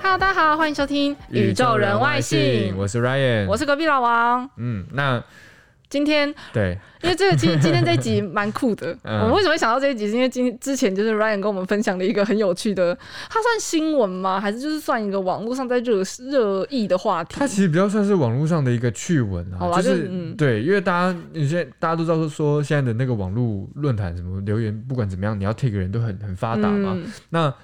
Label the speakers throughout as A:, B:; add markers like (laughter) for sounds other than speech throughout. A: Hello，大家好，欢迎收听《宇宙人外星》，
B: 我是 Ryan，
A: 我是隔壁老王。
B: 嗯，那
A: 今天
B: 对
A: 因为这个，其实今天这一集蛮酷的。
B: (laughs) 嗯
A: 我们为什么会想到这一集？是因为今之前就是 Ryan 跟我们分享了一个很有趣的，它算新闻吗？还是就是算一个网络上在热热议的话题
B: 它？其实比较算是网络上的一个趣闻
A: 好
B: 啊，
A: 啦
B: 就是
A: 就、嗯
B: 对，因为大家有些大家都知道说说现在的那个网络论坛什么留言，不管怎么样，你要 take 人都很很发达嘛。
A: 嗯
B: 那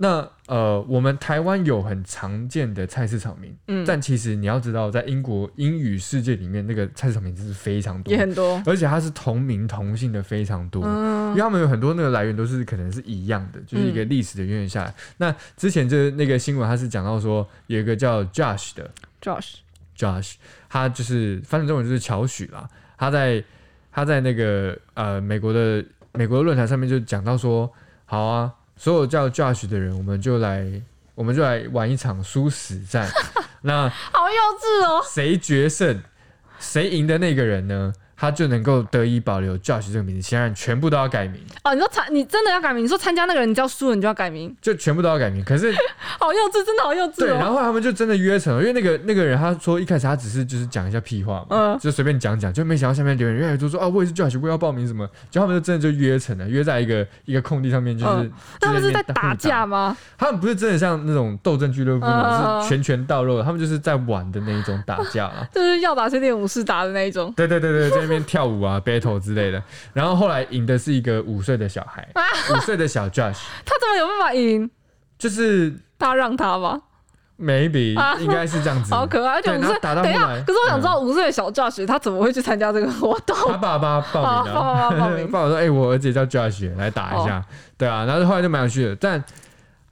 B: 那呃，我们台湾有很常见的菜市场名，
A: 嗯
B: 但其实你要知道，在英国英语世界里面，那个菜市场名字是非常多
A: 也，很多。
B: 而且它是同名同姓的非常多。因
A: 嗯
B: 为他们有很多那个来源都是可能是一样的，就是一个历史的渊源下来。那之前就是那个新闻，他是讲到说有一个叫 Josh 的
A: ，Josh，
B: Josh，他就是翻成中文就是乔许啦。他在他在那个呃美国的美国的论坛上面就讲到说，好啊，所有叫 Josh 的人，我们就来我们就来玩一场殊死战。那
A: 好幼稚哦。
B: 谁决胜，谁赢的那个人呢，他就能够得以保留 Josh 这个名字，其他人全部都要改名。
A: 哦，你说参，你真的要改名？你说参加那个人，你叫输了，你就要改名，
B: 就全部都要改名，可是
A: 好幼稚，真的好幼稚
B: 对，然
A: 哦。
B: 后后来他们就真的约成了，因为那个那个人他说一开始他只是就是讲一下屁话嘛，
A: 嗯
B: 就随便讲讲，就没想到下面留言越来越多说啊我也是 Josh，我要报名什么，就他们就真的就约成了，约在一个一个空地上面，就是、
A: 嗯那他们是在打架
B: 吗？
A: 吗？
B: 他们不是真的像那种斗争俱乐部那
A: 嗯嗯
B: 种
A: 嗯
B: 是拳拳到肉的，他们就是在玩的那一种打架啦。
A: 就是要打是练武士打的那一种。
B: (laughs) 对对对对，在那边跳舞
A: (laughs)
B: 啊、battle 之类的，然后后来赢的是一个五岁的
A: (laughs)
B: 小孩，五岁的小 Josh，
A: 他怎么有办法赢？
B: 就是
A: 他让他吧，
B: maybe、
A: (laughs) 啊
B: 应该是这样子，
A: 好可爱。而且
B: 对
A: 五
B: 然后
A: 岁，
B: 打到
A: 等一
B: 后
A: 下
B: 来，
A: 可是我想
B: 嗯
A: 知道五岁的小 Josh 他怎么会去参加这个活动？
B: 他爸爸报名的、
A: 啊爸爸报名
B: 爸爸说：“哎、我儿子也叫 Josh，来打一下。对啊，然后后来就蛮有趣的，但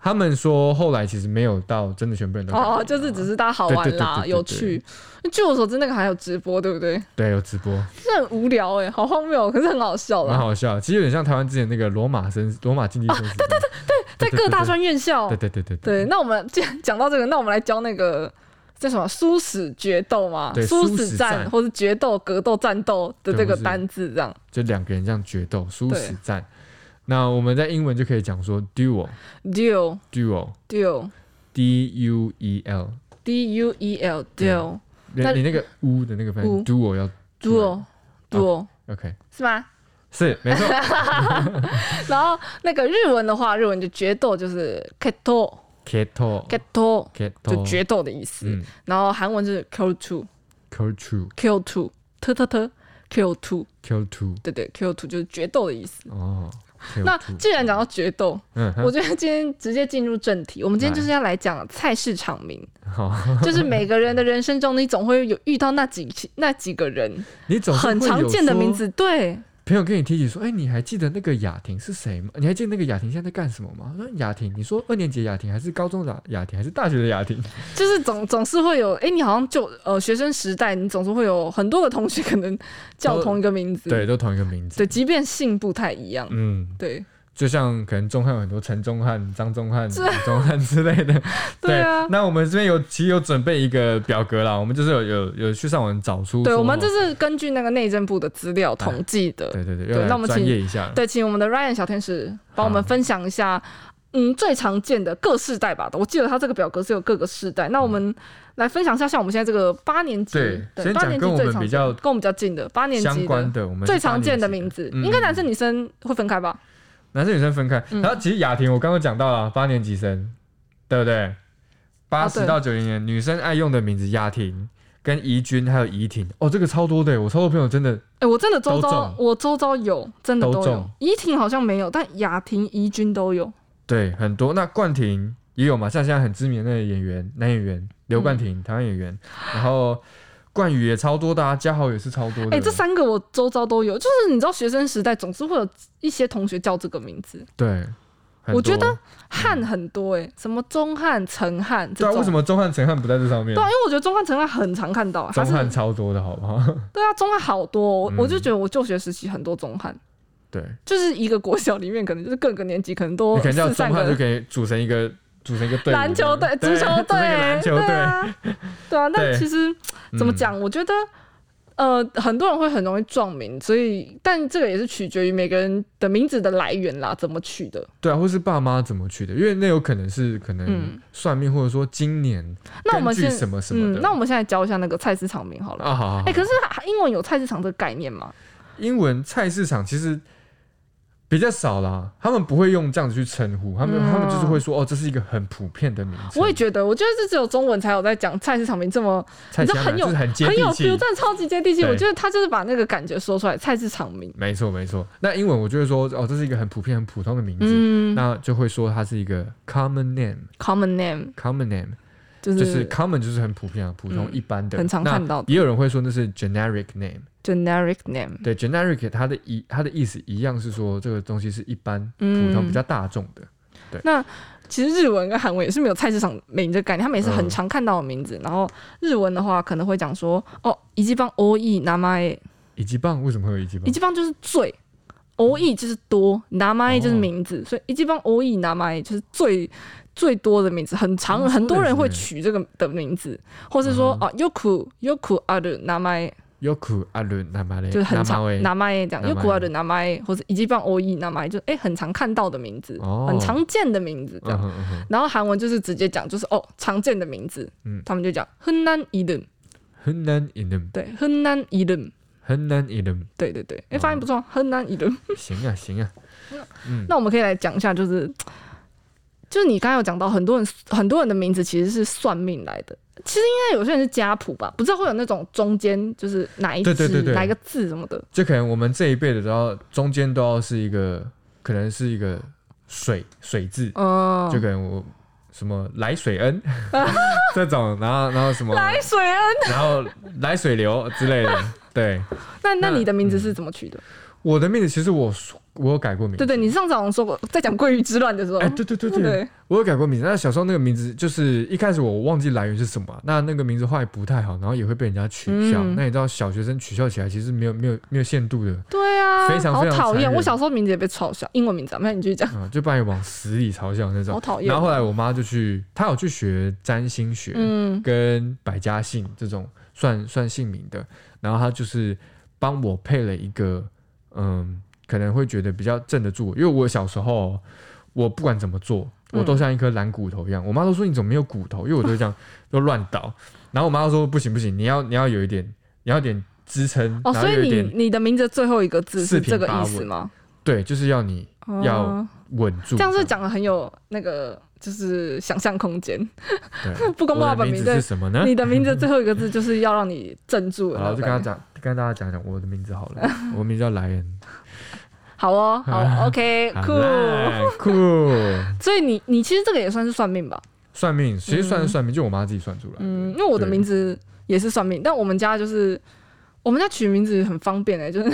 B: 他们说后来其实没有到真的全部人都看
A: 哦
B: 到
A: 哦，就是只是大家好
B: 对
A: 玩
B: 对
A: 啦，
B: 对对对
A: 有趣。据我所知，那个还有直播，对不对？
B: 对有直播，
A: 这很无聊哎、好荒谬，可是很好笑
B: 蛮
A: 啦。
B: 好笑。其实有点像台湾之前那个罗马生罗马竞技生死战、
A: 在
B: 对对对
A: 各大专院校，
B: 对对对对
A: 对。那我们既然讲到这个，那我们来教那个叫什么“殊死决斗”嘛，“
B: 对
A: 殊
B: 殊
A: 死
B: 死
A: 战”
B: 战
A: 或是“决斗”“格斗”“战斗”的这
B: 对
A: 个
B: 或是
A: 单字，这样
B: 就两个人这样决斗殊
A: 对
B: 死战。那我们在英文就可以讲说 duel
A: “duel”。
B: duel
A: duel
B: d u e l，
A: d u e l duel
B: 你
A: 那
B: 你那个 u 的那个发音
A: 呜
B: duel 要
A: duel duel
B: OK
A: 是吗？
B: 是没错
A: 然后那个日文的话，日文就决斗就是 keto
B: ，keto
A: keto，
B: keto
A: 就决斗的意思。
B: 哦嗯
A: 然后韩文就是 kill two
B: ，kill two
A: kill two 特特特 kill two，
B: kill two
A: 对对 kill two 就是决斗的意思。
B: 哦。Kill
A: 那
B: two
A: 既然讲到决斗，
B: 嗯哼
A: 我觉得今天直接进入正题。我们今天就是要来讲菜市场名，
B: 好，
A: 就是每个人的人生中，你总会有遇到那几那几个人
B: 你 (laughs) 总是
A: 很
B: 会
A: 常
B: 有
A: 见的
B: 说
A: 名。字。对，
B: 朋友跟你提起说，哎、你还记得那个雅婷是谁吗？你还记得那个雅婷现在在干什么吗？那雅婷，你说二年级的雅婷还是高中的雅婷还是大学的雅婷？
A: 就是总总是会有，哎、你好像就呃学生时代，你总是会有很多个同学可能叫
B: 都
A: 同一个名字，
B: (laughs) 对，都同一个名字。
A: 对，即便姓不太一样，
B: 嗯，
A: 对
B: 就像可能中汉有很多陈中汉、张中 (laughs) 汉、李中汉之类 (laughs) 的。
A: 对啊，
B: 那我们这边有其实有准备一个表格啦，我们就是有有有去上网找出说。哎
A: 对，我们这是根据那个内政部的资料统计的，
B: 对对对，
A: 对
B: 要来
A: 那我们
B: 专
A: 请
B: 业一下。
A: 对，请我们的 Ryan 小天使帮我们
B: 好
A: 分享一下，嗯，最常见的各世代吧，我记得他这个表格是有各个世代，那我们来分享一下，像我们现在这个八年级，
B: 嗯
A: 对，
B: 对先
A: 八
B: 讲
A: 年级
B: 跟我
A: 最
B: 们
A: 常
B: 比
A: 见
B: 较
A: 跟我们比较近的八年
B: 相
A: 级
B: 关
A: 的
B: 的，我们
A: 最
B: 是八
A: 常见
B: 年
A: 的
B: 级
A: 名字，
B: 嗯
A: 应该
B: 嗯
A: 男生女生会分开吧？
B: 男生女生分开。
A: 嗯
B: 然后其实雅婷，我刚刚讲到了八年级生，对不
A: 哦
B: 对？八
A: 对
B: 十到九零年，女生爱用的名字雅婷、跟怡君还有怡婷，哦，这个超多的，我超多朋友真的
A: 哎、我真的周
B: 都
A: 遭
B: 中，
A: 我周遭有，真的
B: 都
A: 都有
B: 中。
A: 怡婷好像没有，但雅婷、怡君都有。
B: 对很多。那冠廷
A: 嗯
B: 也有嘛，像现在很知名的那个演员，男演员刘冠廷，台湾演员，然后。冠宇也超多的、啊，嘉豪也是超多的。
A: 哎、这三个我周遭都有，就是你知道学生时代总是会有一些同学叫这个名字，
B: 对，很
A: 我觉
B: 多
A: 得汉很多哎、什么钟汉、陈汉这
B: 对啊，
A: 种。
B: 为什么钟汉陈汉不在这上面
A: 对？啊，因为我觉得钟汉、陈汉很常看到啊，他
B: 钟
A: 是
B: 汉超多的好不好？ (laughs)
A: 对啊，钟汉好多哦、我
B: 嗯
A: 我就觉得我就学时期很多钟汉，
B: 对，
A: 就是一个国小里面可能就是各个年级可能都
B: 你可能叫
A: 四
B: 钟
A: 散
B: 汉就
A: 个
B: 可以组成一个组成一个队伍，
A: 篮球队、足球
B: 对组成一个
A: 队、
B: 篮球
A: 对
B: 队，
A: 啊，对啊。但
B: 对
A: 其实
B: 嗯
A: 怎么？讲，我觉得。呃，很多人会很容易撞名，所以但这个也是取决于每个人的名字的来源啦，怎么取的。
B: 对啊，或是爸妈怎么去的？因为那有可能是可能
A: 嗯
B: 算命，或者说今年
A: 那我们
B: 根据
A: 先
B: 什么什
A: 嗯
B: 么的。，
A: 那我们现在教一下那个菜市场名好了。
B: 啊，好好好。
A: 哎、可是它英文有菜市场这个概念吗？
B: 英文菜市场其实比较少啦，他们不会用这样子去称呼，他们、
A: 嗯
B: 他们就是会说哦，这是一个很普遍的名字。
A: 我也觉得，我觉得这只有中文才有在讲菜市场名这么
B: 菜
A: 你
B: 市
A: 知道
B: 场啊
A: 很有
B: 就是很接
A: 很有
B: 地
A: feel，
B: 气。
A: 真的超级接地气。
B: 对
A: 我觉得他就是把那个感觉说出来，菜市场名。
B: 没错没错，那英文我就会说哦，这是一个很普遍、很普通的名字，
A: 嗯
B: 那就会说它是一个 common name。
A: ，common name
B: common name
A: 就
B: 就是是 common 就是很普遍、啊、普通、
A: 嗯
B: 一般的，
A: 很常看到的嗯
B: 那也有人会说那是 generic name，
A: generic name。
B: 对 generic 它的一它的意思一样是说这个东西是一般、
A: 嗯
B: 普通、比较大众的。
A: 其实日文跟韩文也是没有菜市场名这个概念，他们也是
B: 嗯
A: 很常看到的名字。然后日文的话可能会讲说，哦，一级棒 o e n a m a
B: 以及棒为什么会有以及棒
A: 一？级棒就是最。o e 就是多 n a m a
B: 哦
A: 就是名字，所以一级棒 o e n a m a 就是最最多的名字，很长，
B: 嗯
A: 很多人会
B: 真的
A: 取这个的名字，或是说、
B: 嗯
A: 啊 yoku yoku ある名前
B: Yoku 阿伦南马雷，
A: 就是很
B: 南马
A: 常
B: 威
A: 拿麦这样，
B: 名
A: 又
B: 前
A: 古尔的拿麦，或者一级棒欧意拿麦，就哎、很常看到的名字，
B: 哦
A: 很常见的名字这
B: 嗯
A: 样。
B: 哼嗯哼
A: 然后韩文就是直接讲，就是哦常见的名字，
B: 嗯
A: 他们就讲흔난이름，
B: 很难一人，
A: 对흔난이름，
B: 很难一人，
A: 对对对，哎、
B: 哦
A: 发音不错，흔난이름。
B: 行啊行啊，嗯，
A: 那我们可以来讲一下，就是就是你刚才有讲到，很多人很多人的名字其实是算命来的。其实应该有些人是家谱吧，不知道会有那种中间就是哪一
B: 对
A: 字
B: 对对对
A: 哪一个字什么的，
B: 就可能我们这一辈的都要中间都要是一个，可能是一个水水字，
A: 嗯，
B: 就可能我什么来水
A: (laughs)
B: 恩这种，然后然后什么，
A: 白水恩，
B: 然后来水流之类的，对，
A: 那那
B: 那
A: 你的名字是怎么取
B: 嗯
A: 的？
B: 我的名字其实我说我有改过名字，
A: 对对，你上次好像说过，在讲《桂鱼之乱》的时候，
B: 哎、对对对
A: 对
B: 对，我有改过名字，但小时候那个名字就是一开始我忘记来源是什么啊、那那个名字后来不太好，然后也会被人家取笑。
A: 嗯
B: 那你知道小学生取笑起来其实没有没有没有限度的，
A: 对啊，
B: 非常
A: 好
B: 非常
A: 讨
B: 残
A: 厌。
B: 忍
A: 我小时候名字也被嘲笑，英文名字啊，那你继续讲。
B: 啊、就把你往死里嘲笑那
A: 好
B: 种。
A: 讨厌。
B: 然后后来我妈就去，她有去学占星学、
A: 嗯，
B: 跟百家姓这种算算姓名的，然后她就是帮我配了一个，嗯，可能会觉得比较镇得住我，因为我小时候我不管怎么做，我
A: 嗯
B: 都像一颗懒骨头一样。我妈都说你怎么没有骨头，因为我都会这样都乱倒。然后我妈都说不行不行，你要你要有一点，你要有点支撑，
A: 哦，所
B: 然后有
A: 以
B: 一
A: 你
B: 点
A: 你的名字最后一个字
B: 四
A: 是
B: 平
A: 这个
B: 八
A: 意
B: 稳
A: 思吗？
B: 对，就是要你
A: 哦
B: 要稳住。
A: 这样是讲的很有那个，就是想象空间。
B: 对
A: 不 (laughs) 公布
B: 我
A: 我
B: 的
A: 本
B: 名
A: 名
B: 字是
A: 对。
B: 什么呢？
A: 你的名字最后一个字就是要让你镇住了。
B: 好了，我就
A: 那种
B: 跟
A: 感
B: 他
A: 觉
B: 讲，跟大家讲讲我的名字好
A: (laughs)
B: 了，我的名字叫莱恩，
A: 好哦，好，OK，
B: 好
A: 酷。
B: 啦酷。
A: 所以你你其实这个也算是算命吧？
B: 算命，其实算是算命，就我妈自己算出来的。
A: 嗯，因为我的
B: 对
A: 名字也是算命，但我们家就是我们家取名字很方便哎、就是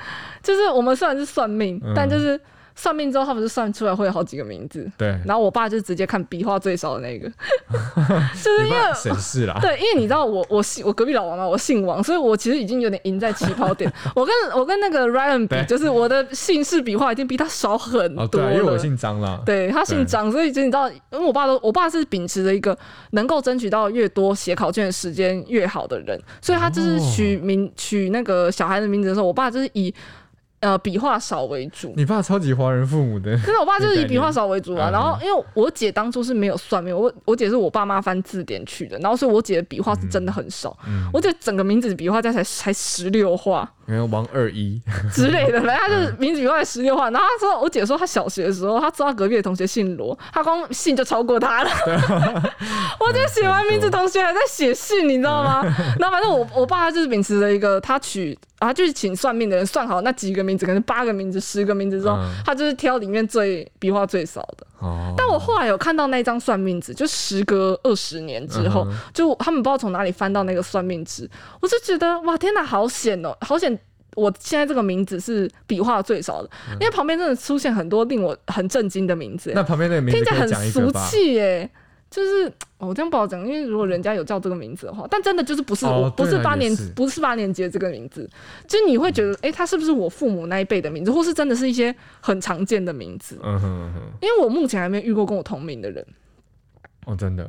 A: (laughs) 就是我们虽然是算命，
B: 嗯
A: 但就是算命之后，他们就算出来会有好几个名字。
B: 对，
A: 然后我爸就直接看笔画最少的那
B: (laughs)
A: 个，就是
B: 你
A: 因为
B: 爸省事
A: (laughs)
B: 啦。
A: 对，因为你知道我我姓我隔壁老王嘛，我姓王，所以我其实已经有点赢在起跑
B: (laughs)
A: 点。我跟我跟那个 Ryan
B: 对
A: 比，就是我的姓氏笔画已经比他少很
B: 哦，
A: 多
B: 对
A: 了。
B: 啊，因为我姓张啦。
A: 对他姓
B: 对
A: 张，所以就你知道，因为我爸都，我爸是秉持着一个能够争取到越多写考卷的时间越好的人，所以他就是
B: 哦
A: 取名、取那个小孩的名字的时候，我爸就是以呃笔画少为主。
B: 你爸超级华人父母的， (laughs)
A: 可是我爸就是
B: 这
A: 以
B: 个概念
A: 笔画少为主啊，
B: 嗯
A: 然后因为我姐当初是没有算命，我我姐是我爸妈翻字典去的，然后所以我姐的笔画是真的很少，
B: 嗯
A: 我姐整个名字的笔画加起来才十六画，
B: 因为王二一，
A: 之类的，反正他就是名字以外十六换。然后他说，我姐说她小学的时候，她知道隔壁的同学姓罗，她光姓就超过他了。 (laughs) 我就写完名字，同学还在写信，你知道吗？然后反正我我爸他就是秉持着一个，他取啊就是请算命的人算好那几个名字，可能八个名字、十个名字之后
B: 嗯，
A: 他就是挑里面最笔画最少的。
B: 哦，
A: 但我后来有看到那张算命纸，就时隔二十年之后，
B: 嗯哼
A: 就他们不知道从哪里翻到那个算命纸，我就觉得哇，天哪，好险哦，好险！我现在这个名字是笔画最少的，因为旁边真的出现很多令我很震惊的名字，
B: 嗯那旁边那个名
A: 听
B: 字
A: 起来
B: 可
A: 很
B: 以讲一
A: 俗
B: 个吧？
A: 气耶。就是哦我这样不好讲，因为如果人家有叫这个名字的话，但真的就是不是
B: 哦
A: 我，不
B: 对
A: 是
B: 啦
A: 八
B: 也
A: 年
B: 是，
A: 不是八年级的这个名字，就你会觉得，诶，他是不是我父母那一辈的名字，或是真的是一些很常见的名字？
B: 嗯哼嗯哼，
A: 因为我目前还没有遇过跟我同名的人，
B: 哦，真的。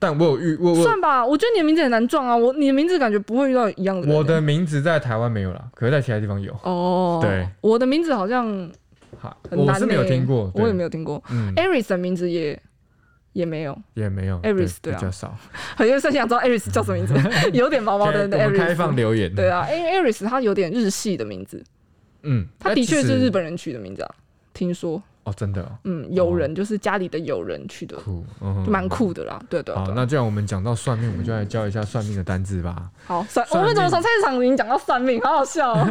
B: 但我有遇我我
A: 嗯算吧，我觉得你的名字很难撞啊，我你的名字感觉不会遇到一样的人欸。
B: 我的名字在台湾没有啦，可是在其他地方有。
A: 哦，
B: 对，
A: 我的名字好像
B: 好，
A: 很
B: 我
A: 难、欸，
B: 是没有听过，
A: 我也没
B: 有，
A: 有哎听过。
B: 嗯，
A: Aris 的名字也也没有，
B: 也没有
A: Aris，对
B: 比
A: 啊
B: 较少。
A: 很有甚想知道 Aris 叫什么名
B: (laughs)
A: 字，有点毛毛的
B: 现在我
A: 的
B: 们
A: Aris。
B: 开放留言，
A: 对，啊，因为 Aris 他有点日系的名字，
B: 嗯，
A: 他
B: 那
A: 的
B: 其
A: 确是
B: 实
A: 日本人取的名字啊。听说，
B: 哦，真的哦
A: 嗯，友人就是家里的友人取的，
B: 酷，嗯哼，
A: 蛮酷的啦。对对啊
B: 好，
A: 对，
B: 那既然我们讲到算命，我们就来教一下算命的单字吧。
A: 好算，我
B: 算
A: 们怎么
B: 命
A: 从菜市场已经讲到算命，好好笑
B: (laughs)
A: 哦。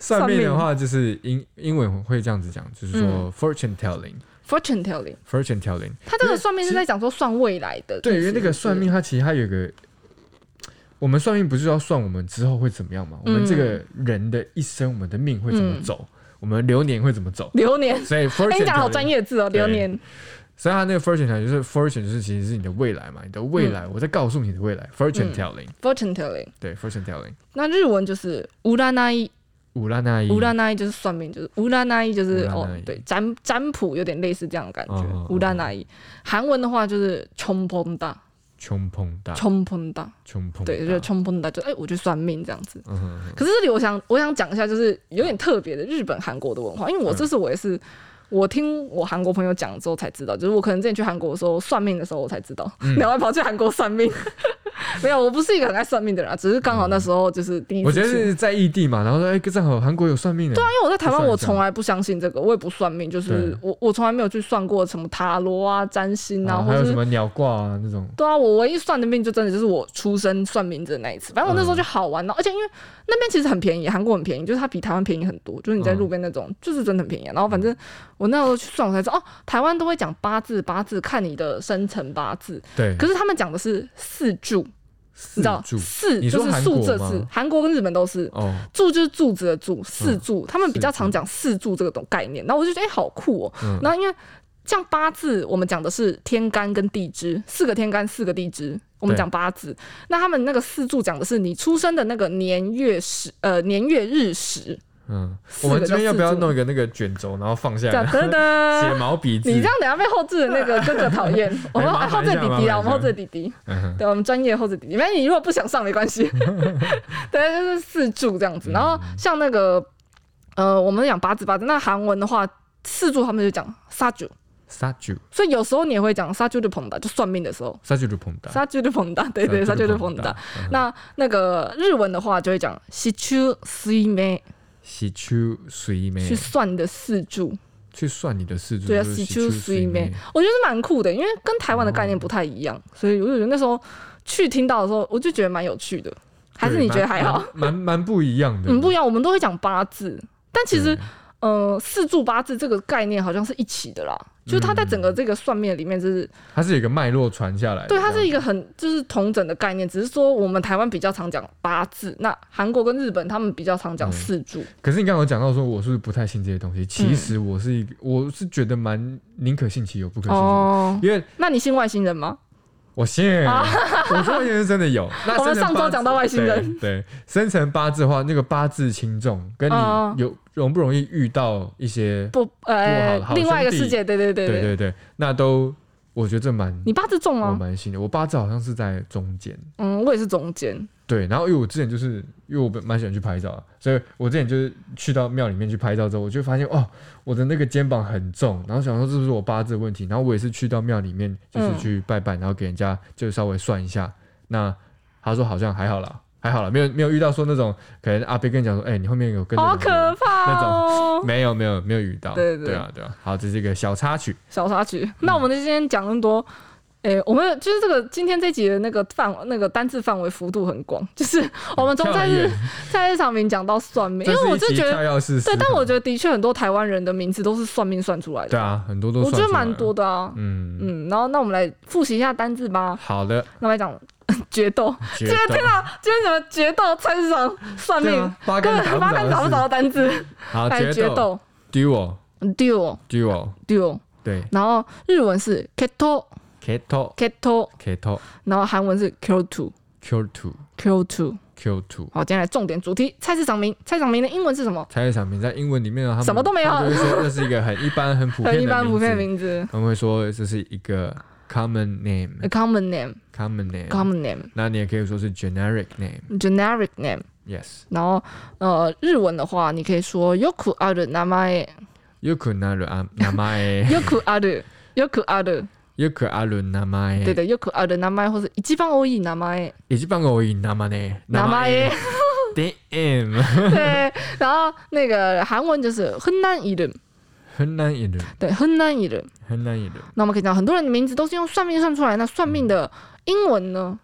B: 算
A: 算命
B: 命嗯的话，就是英英文会这样子讲，就是说 fortune telling，fortune
A: Fortune telling。
B: telling。
A: 他这个算命是在讲说算未来的，
B: 对，
A: 意
B: 因
A: 思
B: 为那
A: 是
B: 个
A: 不
B: 算
A: 是
B: 命，它其实它有一个，我们算命不是要算我们之后会怎么样嗯嘛？我们这个人的一生，我们的命会怎么
A: 嗯
B: 走，我们流年会怎么走。
A: 流年，
B: 所 (laughs) 以 fortune，
A: 哎、你讲得好
B: telling
A: 专业字哦，
B: 对
A: 流年，
B: 所以它那个 fortune telling 就是 fortune 就是其实是你的未来嘛，你的未来，我在告诉你的未来 fortune
A: 嗯
B: telling，、
A: fortune telling。
B: 对 fortune telling。
A: 那日文就是乌拉那伊，
B: 乌拉那伊，
A: 乌拉那伊就是算命，就是乌拉那伊就是
B: 乌拉
A: 哦
B: 那伊，
A: 对，占占卜有点类似这样的感
B: 哦哦
A: 觉。乌拉那伊，韩文的话就是冲碰大，
B: 啊穷碰大，
A: 冲碰大，
B: 穷碰
A: 对，
B: 大
A: 就是冲碰大，就哎、我去算命这样子。
B: 嗯哼，
A: 可是这里我想我想讲一下，就是有点特别的日本、韩国的文化，因为
B: 嗯
A: 我这是我也是。我听我韩国朋友讲之后才知道，就是我可能之前去韩国的时候算命的时候，我才知道，
B: 嗯
A: (laughs) 然后还跑去韩国算命。 (laughs) 没有，我不是一个很爱算命的人啊，只是刚好那时候就是第一次
B: 嗯我觉得
A: 去
B: 是在异地嘛，然后说哎，正好韩国有算命的，对啊，
A: 因为我在台湾，
B: 算一
A: 我
B: 下
A: 从来不相信这个，我也不算命，就是
B: 对
A: 我我从来没有去算过什么塔罗啊、占星啊，或
B: 哦还有
A: 者
B: 什
A: 是
B: 么鸟卦啊那种，
A: 对啊，我唯一算的命就真的就是我出生算名字的那一次。反正我那时
B: 嗯
A: 候就好玩了、而且因为那边其实很便宜，韩国很便宜，就是它比台湾便宜很多，就是你在路边那
B: 嗯
A: 种、就是真的很便宜啊、然后反正我那时候去算，我才知道哦，台湾都会讲八字，八字看你的生辰八字，
B: 对，
A: 可是他们讲的是四柱，
B: 四
A: 你知道
B: 柱
A: 四
B: 你
A: 就
B: 说
A: 是
B: 韩
A: 数
B: 国
A: 字
B: 吗
A: 字，韩国跟日本都是。
B: 哦，
A: 柱就是柱子的柱，四柱，他们比较
B: 嗯四柱
A: 常讲四柱这个懂概念。然后我就觉得，哎、好酷哦、
B: 嗯
A: 然后因为像八字，我们讲的是天干跟地支，四个天干，四个地支，我们
B: 对
A: 讲八字。那他们那个四柱讲的是你出生的那个年月时，呃，年月日时。
B: 嗯，
A: 四
B: 我
A: 个
B: 们这边要不要
A: 叫四柱
B: 弄一个那个卷轴，然后放下
A: 这样
B: 来，
A: 噔
B: 写 (laughs)
A: 噔，
B: 毛笔字？
A: 你这样等下被后置的那
B: (laughs)
A: 个哥哥讨厌。我们
B: 哎麻
A: 后
B: 烦
A: 置
B: 一
A: 的弟弟啊，
B: 下麻烦一下
A: 我们后置的弟弟。
B: 嗯哼，
A: 对，我们专业或者里面，你如果不想上没关
B: (laughs)
A: 系，对，就是四柱这样
B: 嗯
A: 子。然后像那个呃，我们讲八字八字，那韩文的话，四柱他们就讲杀柱，
B: 杀九，
A: 所以有时候你也会讲杀柱的捧达，就算命的时候，
B: 杀九就碰到，
A: 杀柱的捧达，对对，杀柱的捧达。
B: 嗯哼
A: 那那个日文的话就会讲喜丘水梅，
B: 喜秋水妹
A: 去算你的四柱，
B: 去算你的四柱，
A: 对啊，
B: 就是
A: 喜
B: 喜
A: 丘
B: 秋
A: 水
B: 水哦
A: 梅
B: 妹，，
A: 我觉得是蛮酷的，因为跟台湾的概念不太一样，所以我就觉得那时候去听到的时候，我就觉得蛮有趣的。还是
B: 对
A: 你觉得
B: 蛮
A: 还好？
B: 蛮蛮蛮不一样的，
A: 嗯，不一样，我们都会讲八字，但其实
B: 对，
A: 呃，四柱八字这个概念好像是一起的啦，就是它在整
B: 嗯
A: 个这个算命里面，就是、
B: 它是有一个脉络传下来的这
A: 对，
B: 样，
A: 它是一个很就是同整的概念，只是说我们台湾比较常讲八字，那韩国跟日本他们比较
B: 嗯
A: 常讲四柱，
B: 可是你刚刚有讲到说我是不是不太信这些东西，
A: 嗯
B: 其实我是一个，我是觉得蛮宁可信其有，不可信其无。
A: 哦。
B: 因为
A: 那你信外星人吗？
B: 我信，我说外星人真
A: (laughs)
B: 的有。那
A: 啊我们
B: 生辰
A: 上周
B: 八字
A: 讲到外星人，
B: 对对生辰八字的话，那个八字轻重跟你
A: 哦
B: 有容不容易遇到一些，
A: 不，
B: 哇
A: 呃
B: 好好，
A: 另外一个
B: 兄弟
A: 世界，对对对
B: 对对对，那都我觉得这蛮
A: 你八字重
B: 我
A: 吗？
B: 蛮信的。我八字好像是在中间，
A: 嗯，我也是中间。
B: 对，然后因为我之前就是因为我蛮喜欢去拍照啊，所以我之前就是去到庙里面去拍照之后，我就发现哦，我的那个肩膀很重，然后想说是不是我八字的问题，然后我也是去到庙里
A: 嗯
B: 面就是去拜拜，然后给人家就稍微算一下，那他说好像还好啦，还好了，没有没有遇到说那种可能阿贝跟你讲说，哎、你后面有跟着
A: 好
B: 哪个人
A: 可怕哦！
B: 没有没有没有遇到，
A: 对对
B: 啊对啊，好，这是一个小插曲，
A: (laughs) 小插曲。那我们今天讲那么多，诶、我们就是这个今天这集的那个范那个单字范围幅度很广， (laughs) 就是我们从
B: 嗯跳
A: 在
B: 很
A: 日
B: 远
A: (laughs) 在日常名讲到算命，因
B: 这
A: 为我
B: 一
A: 就
B: 集
A: 觉
B: 跳
A: 得
B: 跃式思
A: 对，但
B: 考
A: 我觉得的确很多台湾人的名字都是算命算出来的，
B: 对啊，很多都
A: 我觉
B: 算
A: 得
B: 出来
A: 蛮
B: 了
A: 多，的啊。
B: 嗯，
A: 嗯，然后那我们来复习一下单字吧。
B: 好的，
A: 那我来讲决斗，
B: 决
A: 这
B: 斗
A: 个天啊， (laughs) 今天怎么决斗、菜市场、算
B: 对
A: 命
B: 啊，，八
A: 根
B: 竿
A: 本 (laughs) 八竿
B: 打
A: 找
B: 不
A: 不着
B: 着
A: 的单字。
B: 的事，好
A: 来决
B: 决嗯
A: 斗
B: duo
A: ，duo
B: duo，
A: duo，
B: 对
A: 然后日文是 keto
B: ，keto
A: keto，
B: keto
A: 然后韩文是 q two
B: q two
A: q two。
B: q two。
A: 好，接下来重点主题，菜市场名，菜市场名的英文是什么？
B: 菜市场名在英文里面呢，他们
A: 什么都没有
B: 他们就会说这是一个很一般、很普遍的
A: 很一般普遍的
B: 字。
A: 名字
B: 他们会说这是一个 common
A: ，a
B: name，common
A: common name，common
B: name。
A: name。
B: 那你也可以说是 generic
A: generic name，
B: name，yes。
A: 然后呃，日文的话，你可以说 yoku ある名前
B: よくなるあ名
A: (laughs)
B: 前
A: yoku ある yoku あ
B: (laughs)
A: る，
B: よくある名前
A: 对的 yoku ある名前或者一番多い名前
B: (laughs) 一番多い名前
A: 名前，
B: (laughs) DM
A: 对，然后那个韩文就是很难이름，
B: 很难いる
A: 对，很难이름。
B: 很难いる
A: 那我们可以讲很多人的名字都是用算命算出来，那算命的英文呢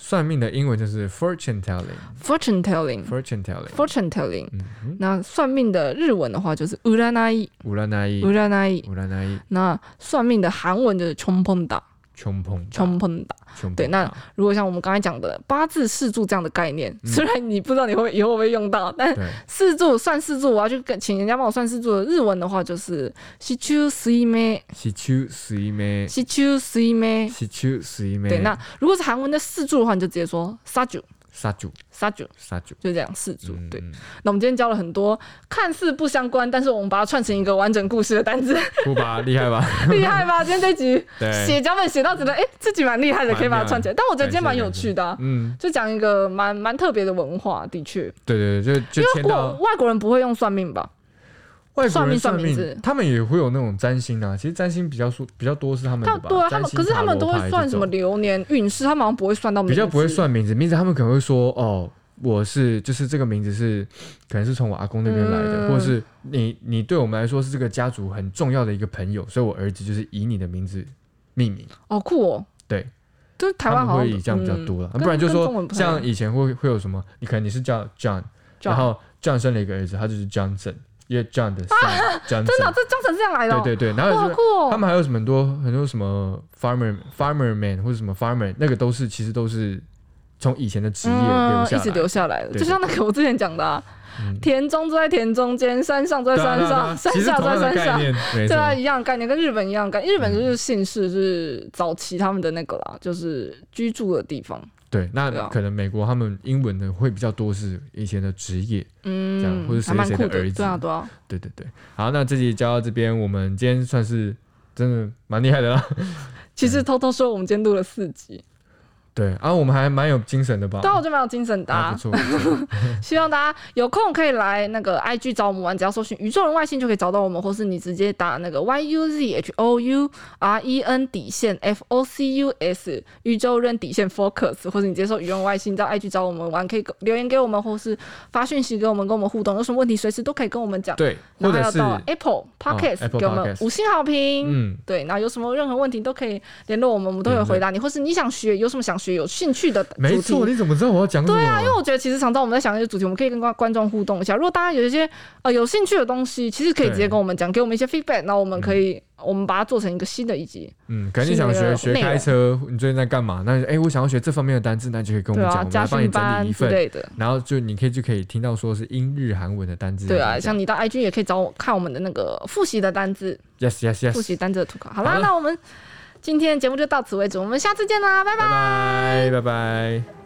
B: 算命的英文就是 fortune telling
A: fortune telling
B: fortune telling
A: fortune telling，
B: 嗯哼
A: 那算命的日文的话就是乌拉那伊
B: 占い
A: 乌拉那伊，
B: 占い
A: 那算命的韩文就是穷碰打
B: 穷碰
A: 穷碰打。
B: 穷
A: 对那如果像我们刚才讲的八字四柱这样的概念，虽然你不知道你会以后会不会用到，但 (laughs)
B: 对
A: 四柱算四柱，我要去跟请人家帮我算四柱的日文的话就是西丘水梅，
B: 四柱水梅
A: 西丘水梅。
B: 四柱水梅
A: 对，那如果是韩文的四柱的话，你就直接说沙九
B: 三柱
A: 沙九，
B: 三柱
A: 就这样四柱。对，
B: 嗯嗯
A: 那我们今天教了很多看似不相关，但是我们把它串成一个完整故事的单字，
B: 不吧
A: (laughs)
B: 厉害吧
A: 厉害吧？今天这
B: (laughs)
A: 集
B: 对
A: 写脚本写到觉得，哎、自己蛮厉害的，
B: 蛮
A: 可以把它
B: 厉害
A: 串起来。但我觉得今天蛮
B: 感谢
A: 有趣的、啊，
B: 嗯
A: 就讲一个蛮蛮特别的文化，的确，
B: 对对对就就
A: 因为
B: 签
A: 国
B: 到
A: 外国人不会用算命吧？
B: 外国
A: 算
B: 人
A: 命
B: 算
A: 算
B: 命
A: 名字
B: 他们也会有那种占星啊。其实占星比较说比较多是他们
A: 他
B: 的吧，
A: 对啊，他
B: 占
A: 们
B: 星
A: 可是他们都
B: 塔罗牌
A: 会算
B: 这
A: 什么
B: 种
A: 流年运势，他们好像不会算到名字
B: 比较不会。算名字，名字他们可能会说哦，我是就是这个名字是可能是从我阿公那边来
A: 嗯
B: 的，或者是你你对我们来说是这个家族很重要的一个朋友，所以我儿子就是以你的名字命名。
A: 哦，酷哦，
B: 对，
A: 就是台
B: 他
A: 湾
B: 们
A: 好像
B: 会以这样比较多了，
A: 嗯
B: 不然就
A: 跟中
B: 说
A: 文不太一样
B: 像以前会会有什么，你可能你是叫 John，然后 John 生了一个儿子，他就是 Johnson，因为 John 的 son Johnson，
A: 啊真的这章程是这样来的哦，
B: 对对对，然
A: 哇，
B: 后就
A: 好
B: 是
A: 酷哦，
B: 他们还有什么很多很多什么 farmer farmer man 或者什么 farmer，那个都是其实都是从以前的职业留
A: 嗯，
B: 下
A: 一
B: 来
A: 直
B: 的。
A: 留下来了，
B: 对
A: 就像那个我之前讲的啊
B: 嗯，
A: 田中住在田中间，山上住在
B: 对啊
A: 山
B: 对啊对啊
A: 上，山
B: 其实
A: 下
B: 同
A: 住在山
B: 样的概
A: 上。
B: 念，没
A: 对啊，
B: 错，
A: 一样的概念，跟日本一样的概念。日本就是姓氏是早期他们的那个
B: 嗯
A: 啦，就是居住的地方。
B: 对，
A: 对
B: 那
A: 啊
B: 可能美国他们英文的会比较多是以前的职业，这样
A: 嗯，
B: 或者谁
A: 还蛮
B: 谁的
A: 酷
B: 儿子
A: 对啊，对啊，
B: 对对对。好，那这集教到这边，我们今天算是真的蛮厉害的啦。
A: (laughs) 其
B: 嗯
A: 实偷偷说，我们今天录了四集，
B: 对，啊，我们还蛮有精神的吧？
A: 对啊，我就蛮有精神的、
B: 啊，
A: 啊
B: 不。错，不错
A: 希望大家有空可以来那个 IG 找我们玩，只要搜寻“宇宙人外星”就可以找到我们，或是你直接打那个 YUZHOUREN E 底线 FOCUS 宇宙人底线 Focus，或是你直接搜“宇宙人外星”到 IG 找我们玩，可以留言给我们，或是发讯息给我们，跟我们互动，有什么问题随时都可以跟我们讲。 (laughs)
B: 对，
A: 然后
B: 或
A: 还
B: 者
A: 有
B: 是哦
A: 到 Apple Podcast、
B: Apple
A: 给我们
B: Podcast
A: 五星好评。
B: 嗯，
A: 对，然后有什么任何问题都可以联络我们，我们都有回答你，或是你想学有什么想学有兴趣的
B: 没
A: 主题
B: 错，。你怎么知道我要讲什么？对啊，因
A: 因为我觉得其实常常我们在想一些主题，我们可以跟观观众互动一下。如果大家有一些呃有兴趣的东西，其实可以直接
B: 对
A: 跟我们讲，给我们一些 feedback，那我们可以、我们把它做成一个新的一集。
B: 嗯，可能你想
A: 新的
B: 学学
A: 内容
B: 开车，你最近在干嘛？那哎、诶我想要学这方面的单字，那就可以跟我
A: 对
B: 们
A: 啊，
B: 讲，我们
A: 家
B: 来帮
A: 训班
B: 你整理一
A: 之
B: 份。啊
A: 类的。
B: 然后就你可以就可以听到说是英日韩文的单字要
A: 对
B: 怎么讲。
A: 啊，像你到 IG 也可以找我看我们的那个复习的单字，
B: yes yes
A: 复
B: yes，
A: 习单字的图卡。好
B: 好
A: 啦，
B: 了
A: 那我们今天节目就到此为止，我们下次见啦，拜拜。
B: 拜拜拜拜。